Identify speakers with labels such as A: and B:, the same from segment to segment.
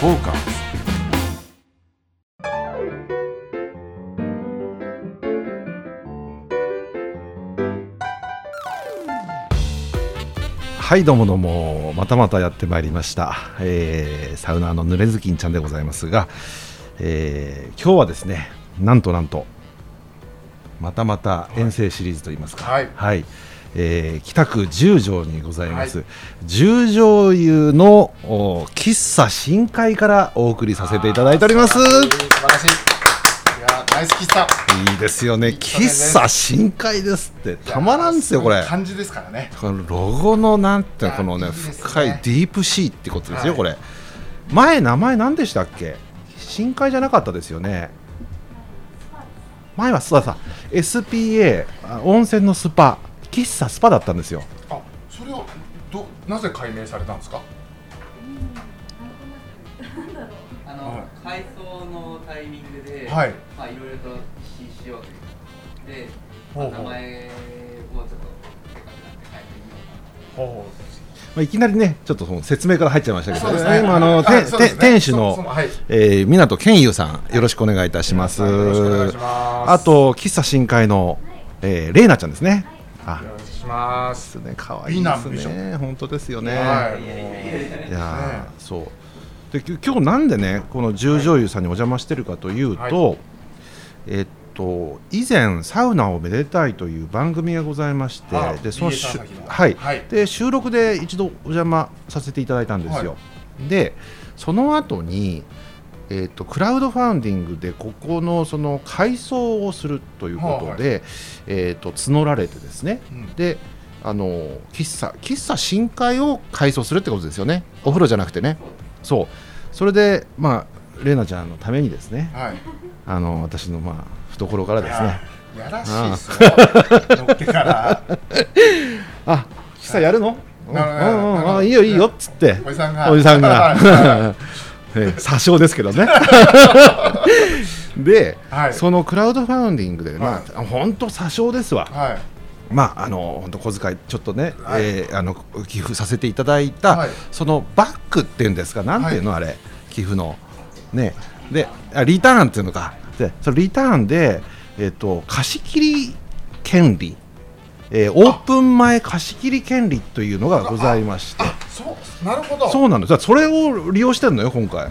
A: フォーカスはいどうもどうもまたまたやってまいりました、えーサウナーの濡れずきんちゃんでございますが、えー今日はですねなんとなんとまたまた遠征シリーズといいますか、
B: はい
A: えー北区十条にございます、十条湯のお喫茶深海からお送りさせていただいております
B: 素晴らしい。いやー、大好きさ。
A: いいですよね
B: 喫茶店ね
A: 喫茶深海ですってたまらんですよこれ
B: 感じですからね。
A: このロゴのなんていうのこのね
B: いやいいですね
A: 深いディープシーってことですよ、
B: はい
A: これ前名前何でしたっけ深海じゃなかったですよね前はそうださ SPA あ温泉のスパ喫茶スパだったんですよ
B: あ、それをどなぜ解明されたんですか。
C: あの、
B: は
C: 改装のタイミングで、
B: はい
C: まあいろいろと一新しようというで、
B: ほうほう
C: 名前をちょっとせっかくなんで変えてみよ
B: ほ
A: まあ、いきなりねちょっとその説明から入っちゃいましたけ
B: そう
A: ど、
B: ですね
A: 今あの
B: あ
A: て
B: そうです
A: て
B: ね
A: 店主
B: そ
A: の
B: そはい
A: えー湊健佑さんよろしくお願いいたします。
B: よろしくお願いします
A: あと喫茶深海の、えー、レイナちゃんですね。あ
B: う。よろしくお願いしま。
A: ですすね可愛い
B: 美
A: で
B: 男
A: す
B: 美
A: ね
B: 女
A: 本当ですよね。
B: はいい、
C: やい
B: も
C: やいやいや
A: い、やーそうでき今日なんでねこの十条湯さんにお邪魔してるかというと、
B: は
A: えっと以前サウナをめでたいという番組がございまして
B: あ
A: でその
B: BA
A: しゅ
B: さん先の
A: はい、
B: はい
A: で収録で一度お邪魔させていただいたんですよ、
B: は
A: でその後にえっとクラウドファンディングでここのその改装をするということで、えっと募られてですね、
B: うん
A: であの喫茶喫茶深海を改装するってことですよねお風呂じゃなくてねそうそれでまあ玲奈ちゃんのためにですね
B: うはい。
A: あの私のまあ懐からですね
B: いや。やらしいっすよ。乗ってから。
A: あ喫茶やるのうんうん
B: なるほど
A: うん
B: な
A: あ
B: るほど
A: いいよいいよっつって
B: おじさん が
A: おじさんが
B: は
A: ええ詐称ですけど ねで、
B: はい
A: そのクラウドファウンディングでま
B: は
A: あ本当詐称ですわ
B: はい。
A: まああの本当小遣いちょっとね、
B: はい
A: えーあの寄付させていただいた、
B: はい
A: そのバックっていうんですかなんていうの、あれ寄付のねであリターンっていうのかでそのリターンでえっ、と貸し切り権利、えーオープン前貸し切り権利というのがございまして
B: あ、そう、なるほど。
A: そうなんですだからそれを利用してるのよ今回
B: あ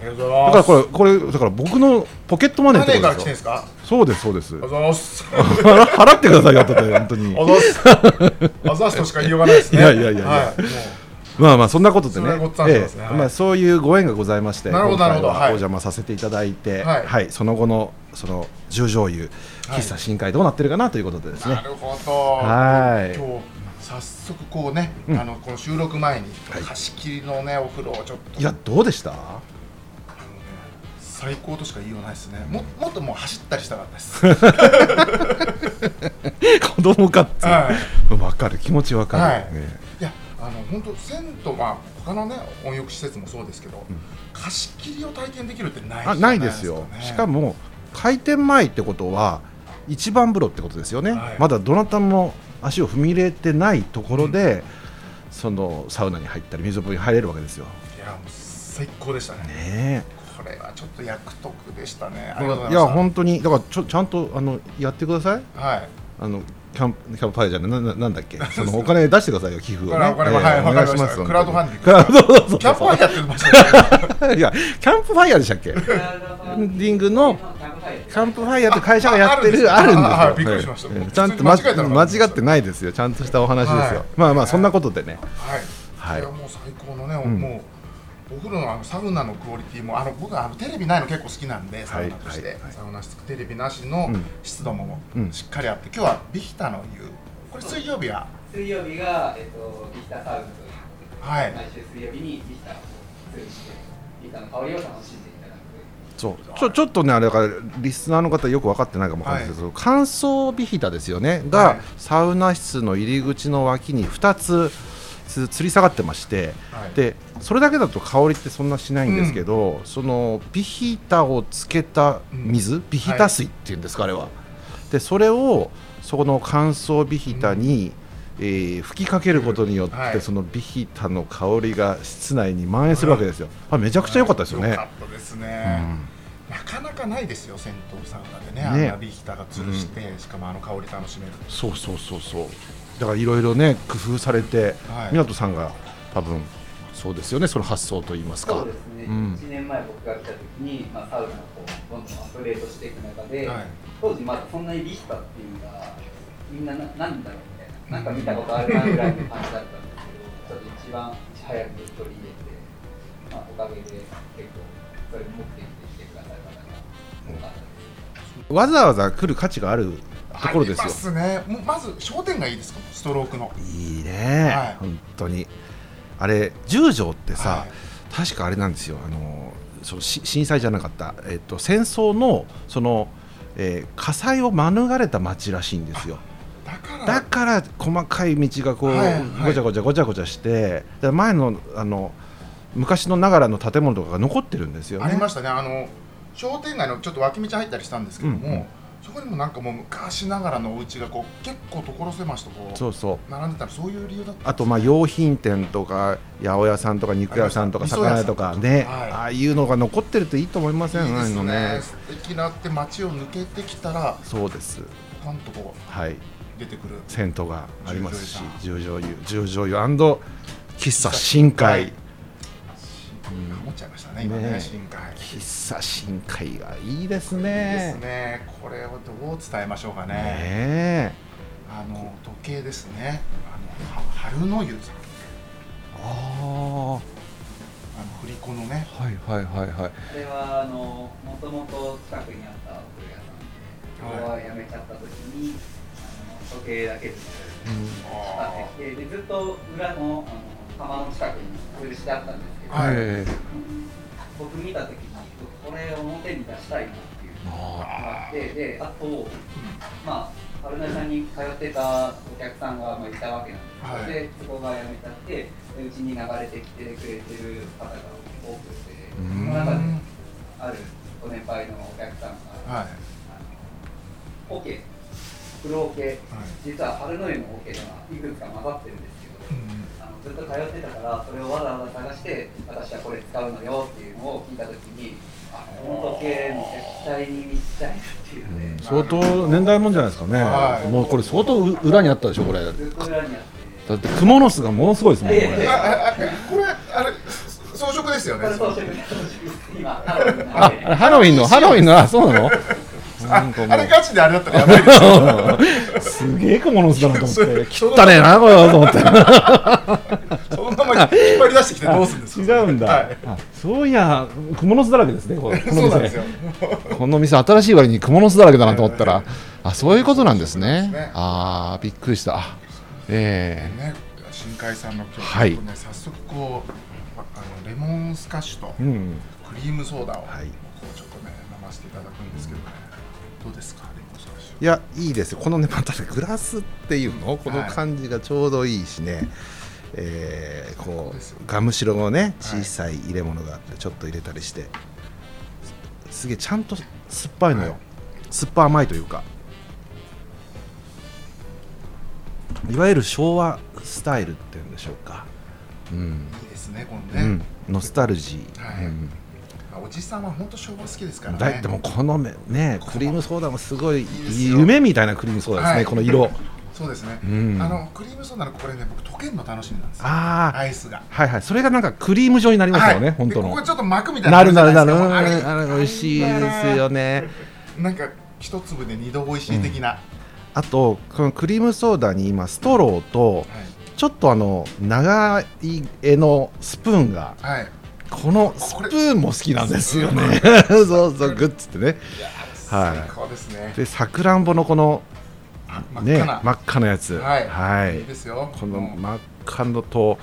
B: りがとう
A: だ
B: ござい
A: か
B: ま
A: ら
B: す。
A: これこれだから僕のポケットマネーっ
B: マ
A: て
B: ネ
A: こ
B: ーか
A: と
B: ら来てん
A: です
B: か。あ
A: すよそうですそうです
B: りがとうございます。
A: 払ってくださいよだって本当に
B: あざっす。あざっすとしか言いようがないですね。
A: いやいやいやいや
B: はい。もう
A: まあまあそんなことでね
B: そんなこっちゃんで
A: え
B: す
A: え
B: ねはい
A: まあそういうご縁がございまして
B: なるほど
A: 今回は
B: なるほどは
A: お
B: い
A: 邪魔させていただいて、は
B: はいい
A: その後のその十条湯
B: はい
A: 喫茶深海どうなってるかなということでですね、
B: なるほど。
A: はい
B: 今日早速こうね、あのこの収録前に貸し切りのねお風呂をちょっと
A: い、やどうでした
B: 最高としか言いようないですね。ももっともう走ったりしたかった です。はい
A: 子供かっつ
B: は
A: うわかる気持ちわかる、
B: い
A: え
B: いやあの本当銭湯は他のね温浴施設もそうですけど、貸し切りを体験できるってない
A: え
B: じゃ
A: あないですよ
B: かね
A: しかも開店前ってことは一番風呂ってことですよね、
B: はい
A: まだどなたも足を踏み入れてないところで、そのサウナに入ったり水風呂に入れるわけですよ
B: いやもう最高でしたね。
A: ねえ
B: これはちょっと役得でしたね。ありがとうござ
A: い
B: いま
A: や
B: した。
A: 本当にだからちょちゃんとあのやってください
B: はい。
A: あのキャンプキャンプファイヤーじゃないなななんだっけそのお金出してくださいよ寄付をね
B: これお金ははい
A: ええ
B: わかりました
A: お願いし
B: クラウドファンディング
A: クラウドフ
B: キャンプファイヤーって言ってましたね。
A: ァンいやキャンプファイヤーでしたっけキ
C: クラウドファン
A: ディングの
C: タグ入る
A: ャンプファイヤーって会社がやってる
B: あ
A: あ
B: あ
A: るん
B: る
A: です
B: ん
A: よ
B: ですあ
A: え
B: あ
A: え
B: び
A: え
B: っくりしました
A: えちゃんと
B: 普通に間違えたのか
A: 間
B: な
A: 違ってないですよちゃんとしたお話ですよ、
B: はい
A: まあまあそんなことでね
B: はい。
A: はい
B: いやもう最高のね、もうお風呂のあのサウナのクオリティもあの僕はあのテレビないの結構好きなんでサウナとして、
A: はいはい
B: サウナ室テレビなしの
A: うん
B: 湿度も
A: うん
B: しっかりあって、今日はビヒタの湯これ水曜日は
C: 水曜日が、えっと、ビヒタサウンドという
B: はい
C: 毎週水曜日にビヒタを通じてビヒタの香りを楽しんでいただく
A: そうちょちょっとねあれだからリスナーの方よく分かってないかもわかんないですけど、乾燥ビヒタですよねが、
B: はい
A: サウナ室の入り口の脇に2つつ吊り下がってまして、
B: はい
A: でそれだけだと香りってそんなしないんですけど、そのビヒタをつけた水、ビヒタ水っていうんですか、あれはでそれをそこの乾燥ビヒタに、えー吹きかけることによって、
B: はい
A: そのビヒタの香りが室内に蔓延するわけですよ、あめちゃくちゃ良かったですよね、
B: 良かったですね、なかなかないですよ、銭湯サウナでね、あん
A: ね
B: なビヒタが吊るして、しかもあの香り楽しめる、
A: そうそうそうそうだからいろいろね工夫されて、
B: はい
A: 湊さんが多分そうですよねその発想といいますか
C: そうですね、
A: うん
C: 1年前僕が来た時に、まあ、サウナをこうどんどんアップデートしていく中で、
B: はい
C: 当時まだそんなにビヒタっていうのがみんなななんだろうみたいななんか見たことあるなぐらいの感じだったんですけどちょっと一番いち早く取り入れて、まあ、おかげで結構それ持ってきて来てくださる方が多かったです。
A: わざわざ来る価値があるところです
B: ありま
A: よ
B: すね、もうまず商店街いいですか、ストロークの。
A: いいね、
B: はい
A: 本当にあれ十条って
B: は
A: さ、
B: い
A: 確かあれなんですよあのそのし震災じゃなかった、えっと、戦争のその、えー火災を免れた町らしいんですよ
B: だから
A: だから細かい道がこう、
B: はいはい
A: ごちゃごちゃごちゃごちゃしてで前のあの昔のながらの建物とかが残ってるんですよね
B: ありましたね、あの商店街のちょっと脇道入ったりしたんですけども、
A: うんうん
B: そこにもなんかもう昔ながらのお家がこう結構所狭しとこう
A: そうそう
B: 並んでたらそういう理由だった。
A: あとまあ用品店とか八百屋さんとか肉屋さんとか
B: ありますね
A: 魚屋とかね、
B: はい
A: ああいうのが残ってるといいと思いません
B: いいです
A: の
B: ね素敵なって街を抜けてきたら
A: そうです
B: パンとこ
A: はい、
B: う出てくる
A: 銭湯がありますし、十条湯、十条湯喫茶深海、
B: 思っちゃいましたね今ね
A: ね
B: 深海いい
A: 喫茶深海がいいです
B: で
A: ね
B: す。ねこれをどう伝えましょうかね
A: ねえ、
B: あの時計ですねあのは春の湯さん
A: あ
B: あの振り子のね
A: あ、はいはいはいはい。
C: あれはあのもともと近くにあったお風呂屋さんで、今日は辞めちゃった時にあの時計だけで買
B: あ
C: ってきてでずっと裏のあの釜の近くに吊るしてあったんですけど、
B: はい
A: え
C: 僕見た時にこれ表に出したいなっていうのがあってであとまあ春菜さんに通ってたお客さんがまあいたわけなんですけど、
B: はい
C: でそこが辞めちゃってでうちに流れてきてくれてる方が多くて、
A: う
C: そ
A: ん
C: の
B: ー
C: 中で
B: うん
C: あるご年配のお客さんが、
B: はい
C: オケ、プロオケ、
B: はい
C: 実は春の湯のオケがいくつか混ざってるんですけど、あのずっと通ってたから、それをわざわざ探して、私はこれ使うのよっていうのを聞いたときに、あこの時計、絶対に見たいなっていうので、
A: え、相当年代もんじゃないですかね。
B: はい
A: もうこれ相当う裏にあったでしょこれ。だ
C: ずっと裏にあって、
A: ってクモの巣がものすごいですもんこ
C: え
A: れ。
B: あ
C: え
B: ああこれあれ装飾ですよ
C: こ
B: ね
C: れ装飾今、ハロウィンな
A: あ
C: んで、
A: あれハロウィン のハロウィンのあそうなの？なんかもう
B: あれガチであれだったらやばいですよ
A: すげえクモの巣だなと思って。汚ねえなこれはと思って。
B: そのまま引っ張り出してきてどうするんですか
A: 違うんだ、
B: はい
A: あそういや蜘蛛の巣だらけですねここ
B: そ
A: の
B: うなんです
A: 店
B: よ
A: この店新しい割に蜘蛛の巣だらけだなと思ったらあそういうことなんですね
B: そうですね
A: ああびっくりしたあええ
B: ね、新海さんの曲、
A: はい
B: ね、早速こうああのレモンスカッシュと
A: うん
B: クリームソーダを、
A: はい
B: こうちょっとね飲ませていただくんですけどね、どうですかレモンスカッシ
A: いやいいですよこのねまたねグラスっていうのこの感じがちょうどいいしね、えー
B: そう
A: こ
B: ですよ
A: うガムシロのね
B: は
A: 小
B: い
A: さい入れ物があってちょっと入れたりしてすすげえちゃんと酸っぱいのよ、
B: はい
A: 酸っぱ甘いというかいわゆる昭和スタイルっていうんでしょうか、うん
B: ュいいですねこの
A: う
B: ね、
A: ん、ノスタルジー、
B: はい
A: うん
B: まあおじさんは本当昭和好きですからね
A: だいでもこのめねクリームソーダもすごい
B: ですよ
A: 夢みたいなクリームソーダですね、
B: はい
A: この 色
B: そうですね、
A: うん
B: あのクリームソーダのこれね僕溶けるの楽しみなんですよ
A: ああ
B: アイスが
A: はいはい、それがなんかクリーム状になりますよね、
B: はい
A: 本当
B: でこ
A: の
B: こ。ちょっと膜みたい
A: な
B: な
A: るなるなる、うん
B: あ
A: あ
B: れ
A: れ美味しいですよね。
B: なんか一粒で二度美味しい的な、
A: あと、このクリームソーダに今ストローと、ちょっとあの長い柄のスプーンが。
B: はい、はい、
A: このスプーンも好きなんですよね。 そうそう、グッつってね。はい
B: 最高ですね
A: で、さくらんぼのこの、
B: あ真っ
A: ね、
B: 赤な、
A: 真っ赤なやつ。
B: はい
A: はい
B: いいですよ
A: この
B: もう
A: 真っ赤のと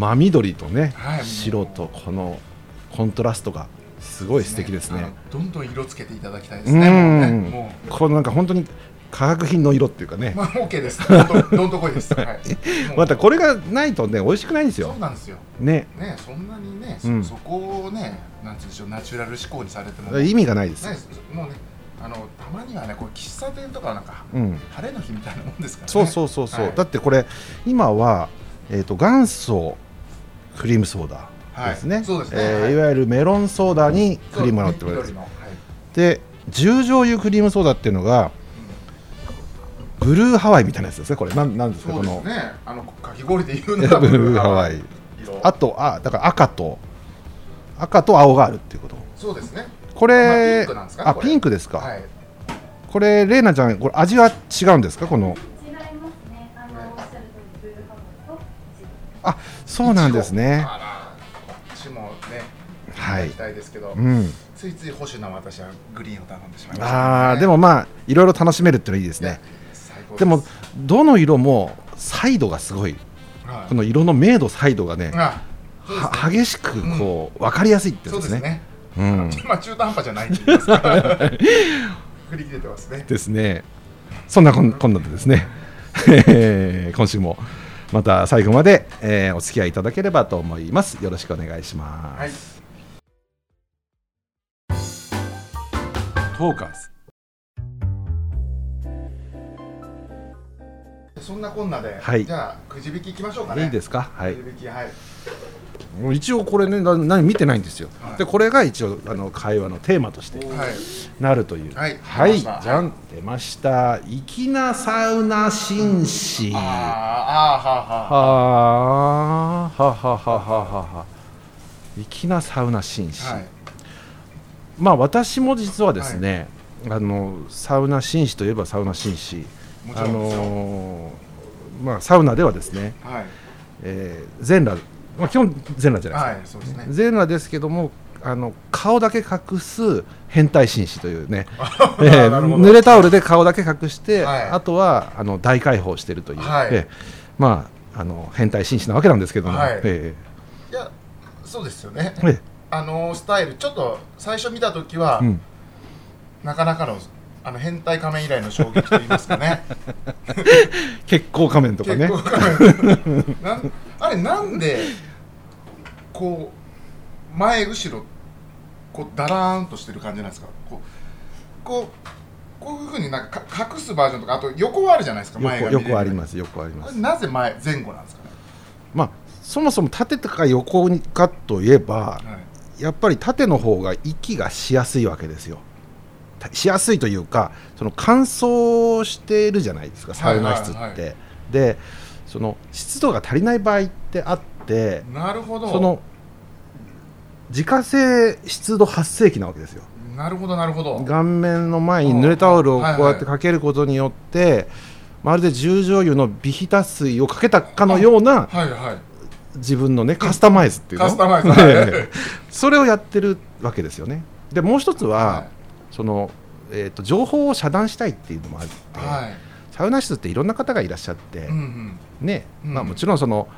A: 真緑とね、
B: はいもう
A: 白とこのコントラストがすごい素敵ですね
B: あのどんどん色つけていただきたいで
A: う
B: すね。もうね
A: ん
B: も
A: このなんか本当に化学品の色っていうかね
B: う、まあ、OK です。どんどんどんとこいで す。はい。もう
A: またこれがないとね美味しくないんですよ
B: そうなんですよ。
A: ね
B: ね、そんなにね、
A: うん
B: そそこをね、なんていうんでしょう、ナチュラル思考にされても。
A: 意味がないです
B: ね、もうね、ああのたまにはねこう喫茶店とかはなんか、
A: うん
B: 晴れの日みたいなもんですからね
A: そうそうそうそう、
B: はい
A: だってこれ今は、えー、と元祖クリームソーダですね,、
B: はいそうですね
A: えー
B: はい
A: いわゆるメロンソーダにクリームが乗って
B: そう
A: るわけ
B: 緑
A: です
B: のはい
A: で十醤油クリームソーダっていうのがブルーハワイみたいなやつですねこれなんなんですか
B: そう
A: こ
B: です
A: の
B: ねあのかき氷で言う
A: ブ
B: のが
A: ルーハワイ
B: 色
A: あとあだから赤と赤と青があるっていうこと
B: そうですね
A: こ
B: まあピ
A: れ
B: ンクなんですか
A: あ
B: これ
A: ピンクですか、
B: はい
A: これ玲奈ちゃんこれ味は違うんですかこの
D: 違いますね。あの、おっしゃる通り、ブルーハワイとイチゴ。
A: あそうなんですね
B: あらこっちもね
A: は
B: 行
A: い
B: き、たいですけど、
A: うん、
B: ついつい保守な私はグリーンを頼んでしまいましたね、
A: あーでもまあいろいろ楽しめるっていうのはいいですね
B: 最高す
A: でもどの色もサイドがすごい
B: はい
A: この色の明度サイドがね
B: あ
A: は激しくこう分かりやすいって
B: そ
A: や
B: う
A: つ
B: で
A: ですすね
B: ね
A: うん
B: まあ中途半端じゃないって言いま すか振り切れてますね
A: ですねそんなこんこんなでですねえ ー今週もまた最後まで、えーお付き合いいただければと思いますよろしくお願いします、
B: はい
A: トーカーズ
B: そんなこんなで、
A: はい
B: じゃあくじ引きいきましょうかね
A: いいですかはい
B: くじ引きはい
A: もう一応これねな何見てないんですよ、
B: はい
A: でこれが一応あの会話のテーマとして
B: はい
A: なるという
B: はい出
A: じ
B: ました
A: ゃん出ました「粋なサウナ紳士」
B: あ
A: は
B: ーあーはあはあ
A: あははははは粋なサウナ紳士、
B: はい
A: まあ私も実はですね、あのサウナ紳士といえばサウナ紳士
B: もち
A: あ
B: ろんですよ
A: のーまあサウナではですね、
B: はい
A: えー、全裸、まあ、基本全裸じゃないですか、
B: はいそうですね
A: 全裸ですけどもあの顔だけ隠す変態紳士というね、 えー
B: なるほど
A: 濡れタオルで顔だけ隠して、
B: はい
A: あとはあの大解放してるという、
B: はい
A: えーまああの変態紳士なわけなんですけども、
B: はい
A: え
B: いやそうですよね
A: ーえ
B: あのースタイルちょっと最初見た時は、
A: ーうん、
B: なかなかのあの変態仮面以来の衝撃と言いますか ね
A: 結構仮面とかね
B: 結構仮面なんあれなんでこう前後ろこうだらーんとしてる感じなんですかこうこうこういうふうになんかか隠すバージョンとかあと横はあるじゃないですか前が
A: 横横あり
B: す
A: ます横ありま
B: こ
A: す
B: れなぜ前前後なんですかね、
A: まあそもそも縦とか横にかといえば
B: はい
A: やっぱり縦の方が息がしやすいわけですよたしやすいというかその乾燥してるじゃないですかサウナ室って、
B: はいはいは
A: でその湿度が足りない場合ってあって
B: なるほど
A: その自家製湿度発生器なわけですよ
B: なるほどなるほど
A: 顔面の前に濡れタオルをこうやってかけることによって、まるで重醤油のビヒタ水をかけたかのような
B: はいはい
A: 自分のねカスタマイズっていうの
B: カスタマイズ
A: ええそれをやってるわけですよねでもう一つは、
B: は
A: その、えー、と情報を遮断したいっていうのもあって、
B: いはい
A: サウナ室っていろんな方がいらっしゃって、
B: うんうん
A: ね
B: うん
A: まあ、もちろんその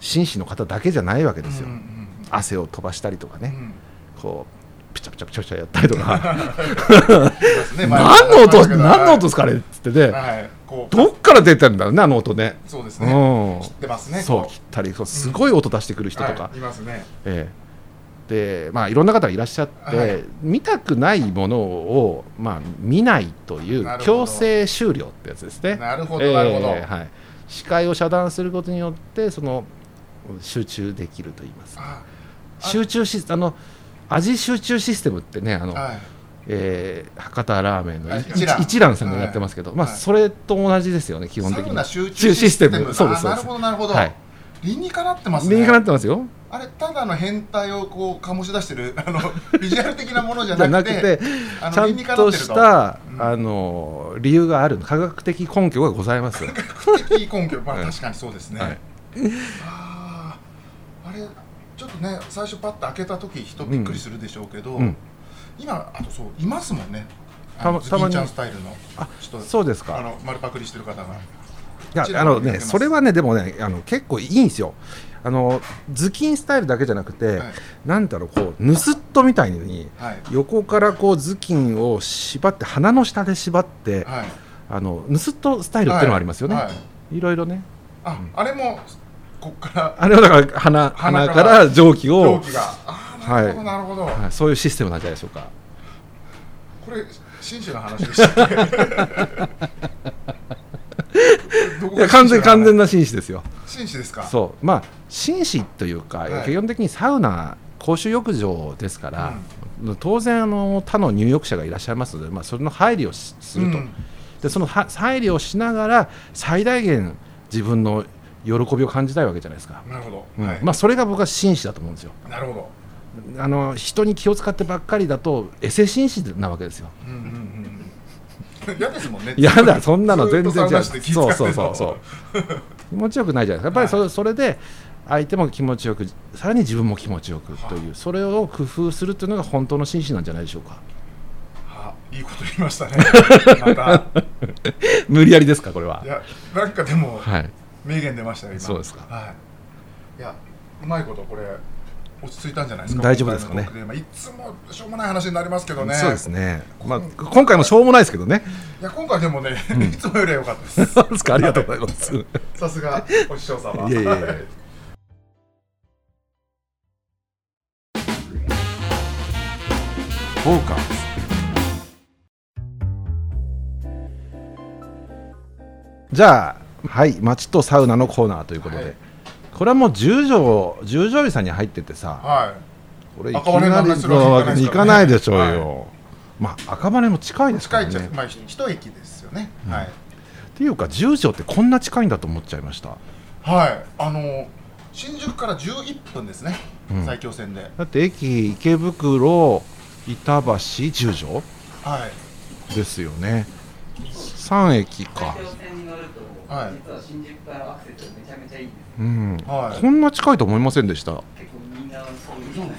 A: 紳士の方だけじゃないわけですよ、
B: うんうん
A: 汗を飛ばしたりとか
B: うんう
A: ね、
B: ん
A: こうピチャピチャピチャピチャやったりとか
B: そうですね前が
A: 何の
B: 前
A: 音
B: が
A: 何の音ですかあれっつってね、
B: はいこう
A: どっから出てんだろうねあの音ね
B: そうです
A: う
B: ね
A: ん
B: 切ってますね
A: そう
B: こ
A: 切ったりそうすごい音出してくる人とか、
B: はいいますね
A: ええでまあ、いろんな方がいらっしゃって、
B: はい
A: 見たくないものを、まあ、見ないという
B: なるほど
A: 強制終了ってやつですね。
B: なるほどなるほど
A: ええはい、視界を遮断することによってその集中できると言いますか
B: ああ
A: 集中しあの味集中システムってねあの、
B: はい
A: ええ博多ラーメンの
B: あ
A: い
B: 一蘭
A: 一蘭さんがやってますけど、まあ、
B: はい
A: それと同じですよね基本的
B: サウ
A: に
B: ナ。集
A: 中
B: 中
A: シ
B: シ
A: ス
B: ス
A: テ
B: テ
A: ム
B: ム
A: そうです
B: あなるほどなるほど、
A: はい
B: 理にかなってますね
A: 理にかなってますよ。
B: あれただの変態をこう醸し出してるあのビジュアル的なものじ ゃ
A: じゃ
B: な
A: な
B: く
A: く
B: て
A: て
B: あの
A: ちゃ
B: 理
A: ん
B: にかな
A: と
B: ってる
A: した、
B: うん
A: あの理由がある科学的根拠がございます。
B: 的根拠、まあ、
A: はい
B: 確かにそうですね、
A: はい
B: あーあれちょっとね最初パッと開けた時人びっくりするでしょうけど、
A: うん
B: 今あとそういますもんね
A: た
B: あ
A: ま
B: のズキ
A: たま
B: ン
A: に
B: ちゃんスタイルの
A: あ
B: 人
A: そうです
B: あ
A: か。
B: の丸パクリしてる方が
A: いや
B: こちら
A: あ
B: も
A: の
B: 見て
A: ね
B: ます
A: それはねでもねあの結構いいんですよ。あの頭巾スタイルだけじゃなくて、
B: はい
A: なんだろうこうヌスッとみたいに
B: はい
A: 横からこう頭巾を縛って鼻の下で縛って、
B: はい
A: あのヌスッとスタイルっていうのがありますよね。
B: はい
A: い
B: はい
A: ろいろね。
B: あ、あれもこっから
A: あれはだから鼻
B: 鼻
A: 鼻
B: から
A: から蒸気を
B: 蒸気があーなるほど、
A: はい
B: なるほど、
A: はいそういうシステムなんじゃないでしょうか。
B: これ真摯な話でしたねど こ
A: い
B: が
A: や
B: 真摯な話
A: 完全完全な紳士ですよ
B: 紳士ですか
A: そうまあ紳士というか、
B: はい
A: 基本的にサウナ公衆浴場ですから、当然あの他の入浴者がいらっしゃいますので、まあ、それの配慮をしすると、
B: うん
A: でそのは配慮をしながら最大限自分の喜びを感じたいわけじゃないですか、
B: なるほど、
A: うん
B: はい
A: まあ、それが僕は紳士だと思うんですよ
B: なるほど
A: あの人に気を使ってばっかりだとエセ紳士なわけですよ
B: うんうんうんうん嫌ですもんね
A: やだそんなの全然違う
B: ずっと騒がして気遣ってんの
A: そうそうそう気持ちよくないじゃないですかやっぱりそれ,、それで相手も気持ちよくさらに自分も気持ちよくというそれを工夫するというのが本当の紳士なんじゃないでしょうか
B: はいいこと言いましたねまた
A: 無理やりですかこれはい
B: やなんかでも
A: はい
B: 名言出ましたよ今
A: そうですか
B: はいいやうまいことこれ落ち着いたんじゃないですか
A: 大丈夫ですかね
B: 今回のトークテーマいつもしょうもない話になりますけどね
A: そうですね、まあ、今回もしょうもないですけどね
B: いや今回でもね、いつもよりは良かったです
A: そうですかありがとうございます
B: さすがお師匠様
A: いやいやいや
B: フォーカス
A: じゃあはい街とサウナのコーナーということで、
B: はい
A: これはもう十条十条院さんに入っててさ、
B: は
A: 俺
B: 赤羽の話するわけにい
A: 行
B: か
A: か
B: な
A: ないい
B: で
A: ですしょ
B: か
A: う
B: ら
A: よ、
B: ね
A: まあ赤羽も近い
B: い
A: ですか
B: 近
A: ら
B: いっち
A: ね
B: ゃ、まあひ一駅ですよね、
A: うん
B: はい
A: っていうか十条ってこんな近いんだと思っちゃいました
B: はいあの新宿から11分ですね、
A: うん
B: 埼京線ではい
A: だって駅池袋板橋十条ですよね3駅
C: 埼
A: か
C: 京線に乗ると、
B: はい
C: 実は新宿からのアクセスめちゃめちゃいいんです
A: うん、
B: はい
A: こんな近いと思いませんでした
C: 結構みんなそういうの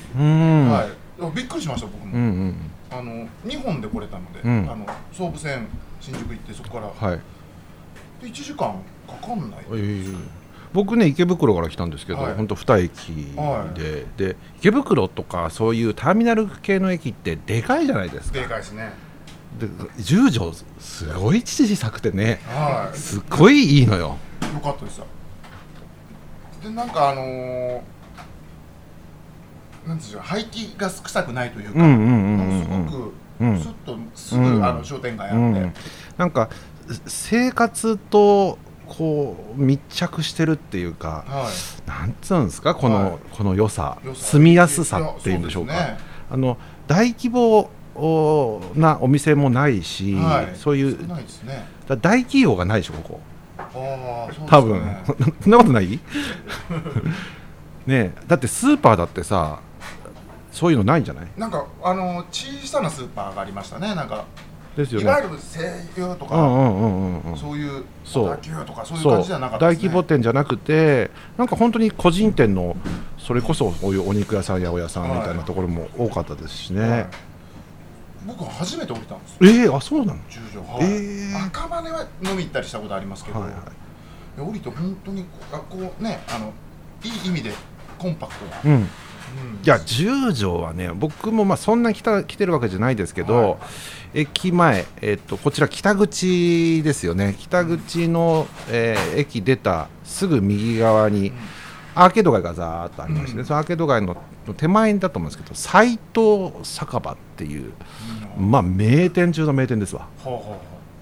A: うん、
B: はいでもびっくりしました僕も、
A: うんうん
B: あの2本で来れたので、
A: うん
B: あの総武線新宿行ってそこから、
A: はい、
B: で1時間かかんない
A: えー僕ね池袋から来たんですけど、
B: はい
A: ほんと2駅で,、
B: はい
A: で池袋とかそういうターミナル系の駅ってでかいじゃないですか
B: でかいですね
A: で十条すごい小さくてね
B: はい
A: すっごいいいのよ
B: よかったですよでなんかあのー、なんていうんでしょう排気が臭くないというか、
A: うんうんうんうん
B: なんかすごく、
A: うん
B: すっとすぐ、
A: うん
B: あの商店街あ
A: う
B: って、
A: んなんか生活とこう密着してるっていうか
B: は
A: なんつうんですかこの,、
B: はい
A: この良さ
B: い良さ
A: 住みやすさっていうんでしょうか
B: やそですね
A: あの大規模おなお店もないし、
B: はい
A: そういう
B: 少ないですね
A: だ大企業がないでしょここ
B: ああそうですね
A: 多分、 そんなこと ないねえだってスーパーだってさそういうのないんじゃない
B: なんかあのー小さなスーパーがありましたねなんか
A: ですよ
B: い
A: ね
B: わゆる西友と
A: うん
B: か、
A: うんうんうんうん
B: そういう
A: そう
B: 小田急とかそういう
A: そ
B: 感
A: う
B: じじゃなかった
A: 大
B: です、ね、
A: 規模店じゃなくてなんか本当に個人店のそれこそこういうお肉屋さんやお屋さんみたいなところも多かったですしね、
B: はい僕は初めて降りたんですよ
A: ええあそうなの
B: 十条はい、
A: えー
B: 赤羽は飲み行ったりしたことありますけど、
A: はいは
B: で降りて本当にこうあこうねあのいい意味でコンパクトな、
A: い、うん、
B: うん
A: いや十条はね僕もまあそんな来た来てるわけじゃないですけど、
B: はい
A: 駅前、えっとこちら北口ですよね北口の、えー駅出たすぐ右側にアーケード街がざーっとありまして、ね
B: うん
A: そのアーケード街の手前だと思うんですけど斎藤酒場っていう、
B: うん
A: まあ、名店中の名店ですわ
B: ほうほ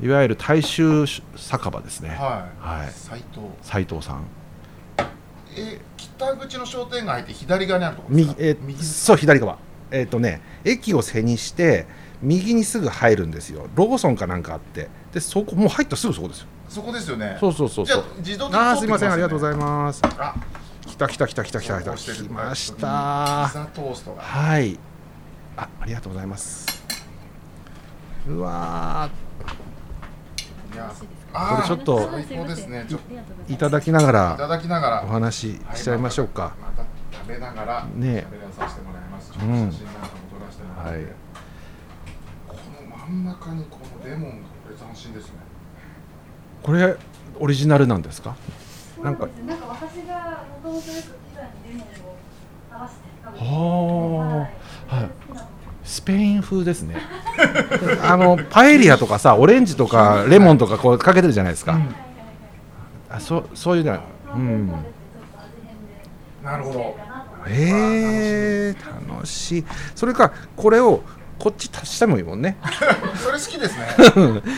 A: いわゆる大衆酒場ですね、
B: うほうはい、
A: はい
B: 斎藤
A: 斎藤さん
B: え北口の商店街って左側にあるところです
A: 右
B: か
A: えー
B: 右
A: そう左側えっ、とね駅を背にして右にすぐ入るんですよローソンかなんかあってでそこもう入ったすぐそこですよ
B: そこですよね
A: そうそうそう
B: じ
A: そ
B: ゃ
A: う
B: あ自動的に
A: あーすいませんありがとうござ
B: い
A: います
B: ますあ
A: 来た来た来た来た来た来
B: 投
A: た
B: 稿してる
A: 来まし
B: ピ
A: た
B: ザトーストが
A: はいあありがとうございますうわ
B: いや
A: これちょっと
B: 最高ですねちょっと
A: ーいただきなが
B: いた
A: ら
B: だきながら
A: お話ししちゃいましょうか
B: また食べながら
A: ね
B: 喋らさせてもらいます。ちょっ
A: う
B: と写真なん
A: ん
B: かも撮らせてもらって、
A: はい
B: この真ん中にこのレモンがこれ斬新ですね。
A: これオリジナルなんですかな
D: な
A: んん
D: か
A: か
D: なんか私がもともとよくピザにレモンを合わせて食べて
A: はあ
D: はい
A: はいスペイン風ですね あのパエリアとかさオレンジとかレモンとかこうかけてるじゃないですか、
B: うん
A: あそそういうのはう
D: うんん、ちょっと味変で
B: なるほど。
D: かなと思って
A: えー、楽しいそれかこれをこっち足してもいいもん ね
B: それ好き ですね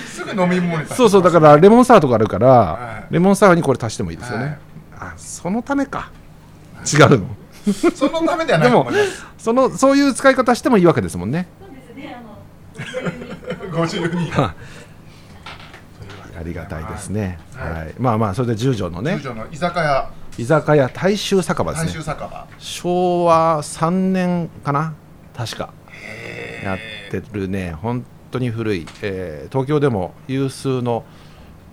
B: すぐ飲み物に
A: そうそうだからレモンサワーとかあるから、
B: はい
A: レモンサワーにこれ足してもいいですよね、
B: はい
A: あそのためか違うの
B: らそのためではないと思います
A: そのそういう使い方してもいいわけですもんね
D: そうですね、あの、ご自由 に
B: ご自由に
A: あありがたいですね、
B: はい
A: はいまあまあそれで十条の
B: 中
A: ね
B: 条の居酒屋
A: 居酒屋大衆酒場
B: 大
A: です
B: 衆
A: ね
B: 酒場
A: 昭和3年かな確か
B: へ
A: やってるね本当に古い、えー東京でも有数の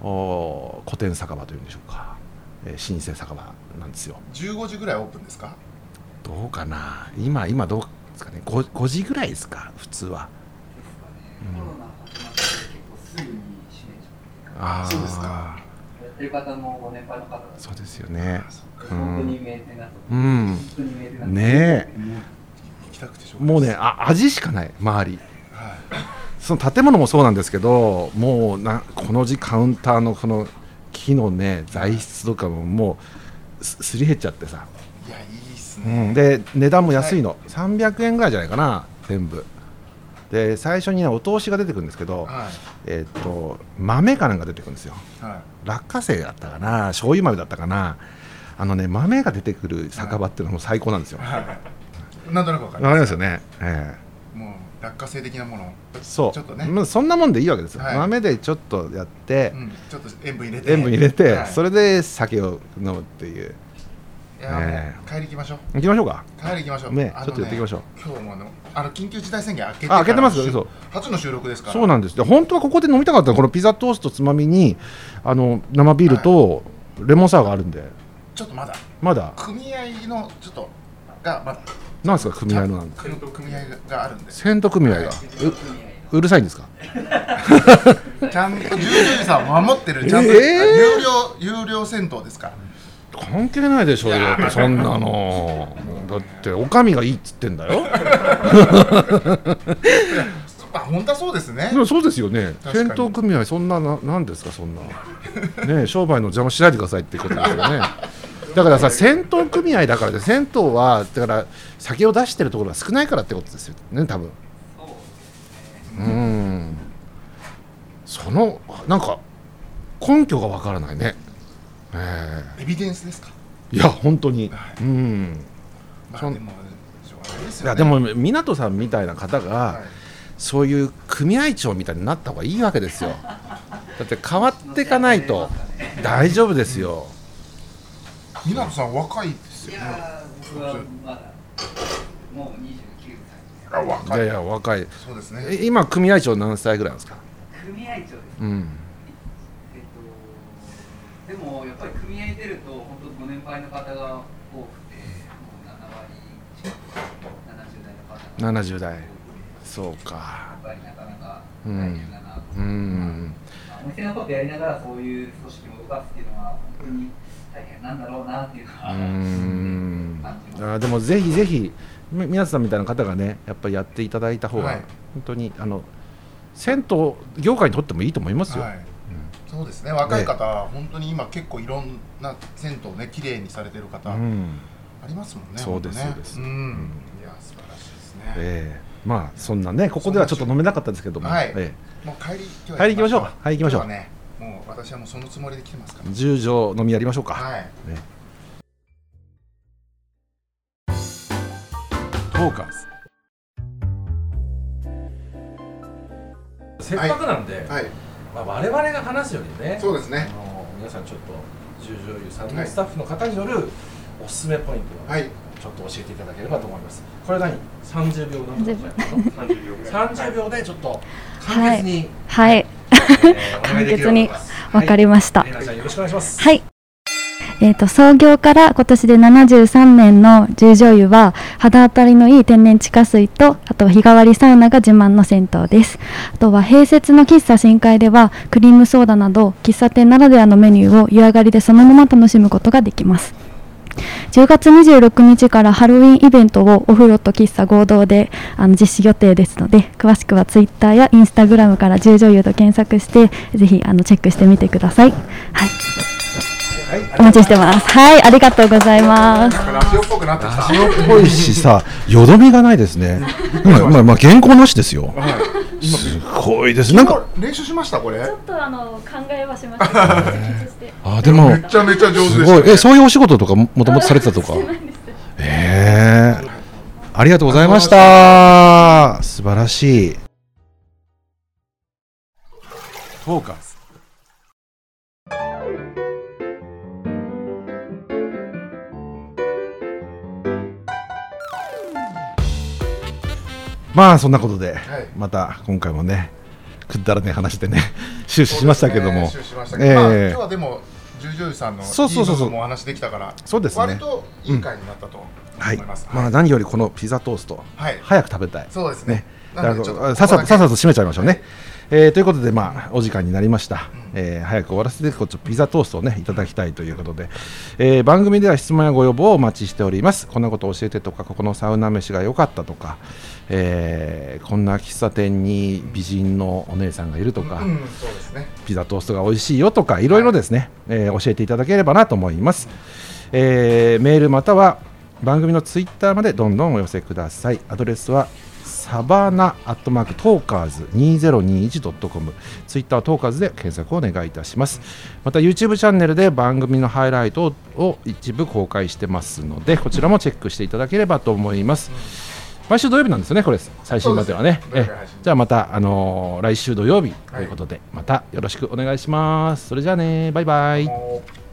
A: おー古典酒場というんでしょうか、えー、新生酒場なんですよ
B: 15時ぐらいオープンですか
A: どうかな今今どうですかね 5, 5時ぐらいですか普通は
C: ですかね、コロナ始まって結構すぐに閉めち
A: あー
B: そうですか
C: ゃうやってる方もご年配の方だと
A: そうですよね
B: あそっか
A: うん
C: 本当に名店だと
A: う
C: 思う、
A: ん
C: 本当に名店だと思う
A: ね
B: 行きたくてしょうがない
A: もうねあ味しかない周り
B: はい
A: その建物もそうなんですけどもうなこの字カウンターのこの木のね材質とかももうすすり減っちゃってさ
B: いやいいっす
A: う
B: ね
A: ん、で値段も安いの、300円ぐらいじゃないかな全部で最初にねお通しが出てくるんですけど、
B: は
A: えっと豆かなんか出てくるんですよ
B: いは
A: 落花生だったかな醤油豆だったかなあのね豆が出てくる酒場っていうのも最高なんですよ
B: い
A: わ、
B: はいなんとなくわかり
A: かり
B: ま
A: ますすよね、え
B: もう落花生的なものを
A: えそう
B: ちょっとね
A: まあ、そんなもんでいいわけですよ、
B: はい
A: 豆でちょっとやって、
B: うんちょっと塩分入れて
A: 塩分入れて、
B: はい
A: それで酒を飲むっていう
B: いや
A: ね
B: もう帰り行きましょう
A: 行きましょうか
B: 帰り行きましょう
A: ね
B: あの
A: ちょっとやっていきましょう
B: 今日もあのあの緊急事態宣言明けて
A: あ明けてますよ
B: から
A: そう
B: 初の収録ですから
A: そうなんですで本当はここで飲みたかったのこのピザトーストつまみにあの生ビールとレモンサワーがあるんで、
B: ちょっとまだ
A: まだ
B: 組合のちょっとがまだ
A: なんですか組合のなんです
B: 組組合があるんでち
A: 戦闘組合がううるさいんですか
B: ゃんと従業員さんを守ってるちゃんと、
A: えー
B: 有料有料銭湯ですから
A: 関係ないでしょうよそんなのだっておかみがいいっつってんだよ
B: あ本当はそうですね
A: でもそうですよね
B: 確か
A: 戦
B: に
A: 闘組合そんなななんですかそんなね商売の邪魔しないでくださいってことですよ ねだからさ戦闘組合だからで銭湯はだから酒を出してるところが少ないからってことですよね多分
C: そう
A: うんそのなんか根拠がわからないね、え
B: エビデンスですか
A: えいや本当に、
B: は
A: うん
B: ま
A: そ
B: あ
A: ん
B: でもしょうがないです
A: い
B: よ、ね、
A: やでも湊さんみたいな方が、
B: はい
A: そういう組合長みたいになった方がいいわけですよだって変わっていかないと大丈夫ですよ、
B: 港さん若いです
C: い
B: よね
C: やー僕はまだもう29歳です
B: あ若
A: い
B: い
A: やいや若い
B: そうです
A: え
B: ね
A: 今組合長何歳ぐらいなんですか
C: 組合長です
A: うん
C: えっと、でもやっぱり組合出ると、本当、ご年配の方が多くて、もう7割近く、70代の方が
A: 70代
C: 多くて
A: そうか
C: やっぱりなかなか
A: う
C: 大
A: ん
C: 変だなと、
A: うん
C: まあお店のことやりながら、そういう組織も動かすっていうのは、本当に大変なんだろうなっていうの
A: う
C: は、
A: ん
C: 感じます
A: あーでもぜひぜひみ皆さんみたいな方がねやっぱりやっていただいた方が、
B: はい
A: 本当にあの銭湯業界にとってもいいと思いますよ、
B: はい、そうですね若い方、本当に今結構いろんな銭湯ね綺麗にされて
A: う
B: る方、
A: ん
B: ありますもんね
A: そうです
B: 本
A: そう
B: 当ね
A: です
B: うん、
A: ん
B: いや素晴らしいですね、
A: ええまあそんなねここではちょっと飲めなかったですけども、
B: はい
A: え
B: もう帰り今
A: 帰り行きましょうかはい行きましょう
B: 今日はねもう私はもうそのつもりで来てますか
A: え、十条飲みやりましょうか、
B: らはい
A: ね、トーカーズ
E: せっかくなので、
B: はい
E: まあ、我々が話すよりね
B: そうです
E: あ
B: ね
E: の皆さんちょっと十条湯さんのスタッフの方によるおすすめポイントを、
B: はい
E: ちょっと教えていただければと思いますこれ何30秒なんとか30秒30秒でちょっと簡潔に、
F: はい、
E: えーお願いできればと思います
F: わかりました。
E: はいレイナちゃんよろしくお願いします
F: はい。えっ、と創業から今年で73年の十条湯は肌当たりのいい天然地下水とあとは日替わりサウナが自慢の銭湯です。あとは併設の喫茶深海ではクリームソーダなど喫茶店ならではのメニューを湯上がりでそのまま楽しむことができます。10月26日からハロウィンイベントをお風呂と喫茶合同であの実施予定ですので詳しくはツイッターやインスタグラムから十条湯と検索してぜひあのチェックしてみてください。はい
E: え
F: お待ちしてますはいありがとうございます
B: なんかラジオっぽくなってきた
A: ラジオっぽいしさ、よどみがないで すね。まあ、まあ、まあ、原稿なしですよ。
B: はい今
A: すごいです。なん か、
B: 練習しましたこれ
G: ちょっとあの考えはし ましたけど緊張して
A: あ、でも
B: め、ちゃめちゃ上手ですし
A: ご
B: た
A: い、
B: ね
A: え、そういうお仕事とかも、もともとされてたと か。
G: してないんです
A: ええありがとうございました。素晴らしい。
E: フォーカス
A: まあ、そんなことで、
B: はい
A: また今回もね。くだらねえ話でね、終始しましたけども。
B: そうですね終始しましたけどまあ
A: ええ
B: 今日はでも十条さんのいい
A: そうそうそうそう
B: 部分もお話できたから
A: そうですね
B: 割といい回になったと思
A: はい
B: います、、
A: まあ、何よりこのピザトースト、
B: はい
A: 早く食べたい。
B: そうです
A: ね
B: ね、
A: だ
B: なのでちょっ
A: か
B: と
A: らさっさ
B: ことこ
A: さ
B: だ
A: っ
B: け
A: さと締めちゃいましょうね。えーということで、まあ、お時間になりました、えー早く終わらせてこっちピザトーストを、ね、いただきたいということで、えー番組では質問やご要望をお待ちしておりますこんなこと教えてとかここのサウナ飯が良かったとか、えーこんな喫茶店に美人のお姉さんがいるとか、
B: うんそうですね
A: ピザトーストが美味しいよとかいろいろですね、えー教えていただければなと思います、えーメールまたは番組のツイッターまでどんどんお寄せくださいアドレスはサバナアットマークトーカーズ 2021.com ツイッタートーカーズで検索をお願いいたしますまた YouTube チャンネルで番組のハイライトを一部公開してますのでこちらもチェックしていただければと思います毎週土曜日なんですよねこれ最新まではね
B: そうです土曜日配信
A: えじゃあまた、あのー来週土曜日ということで、またよろしくお願いします。それじゃあね、バイバイ。
B: もう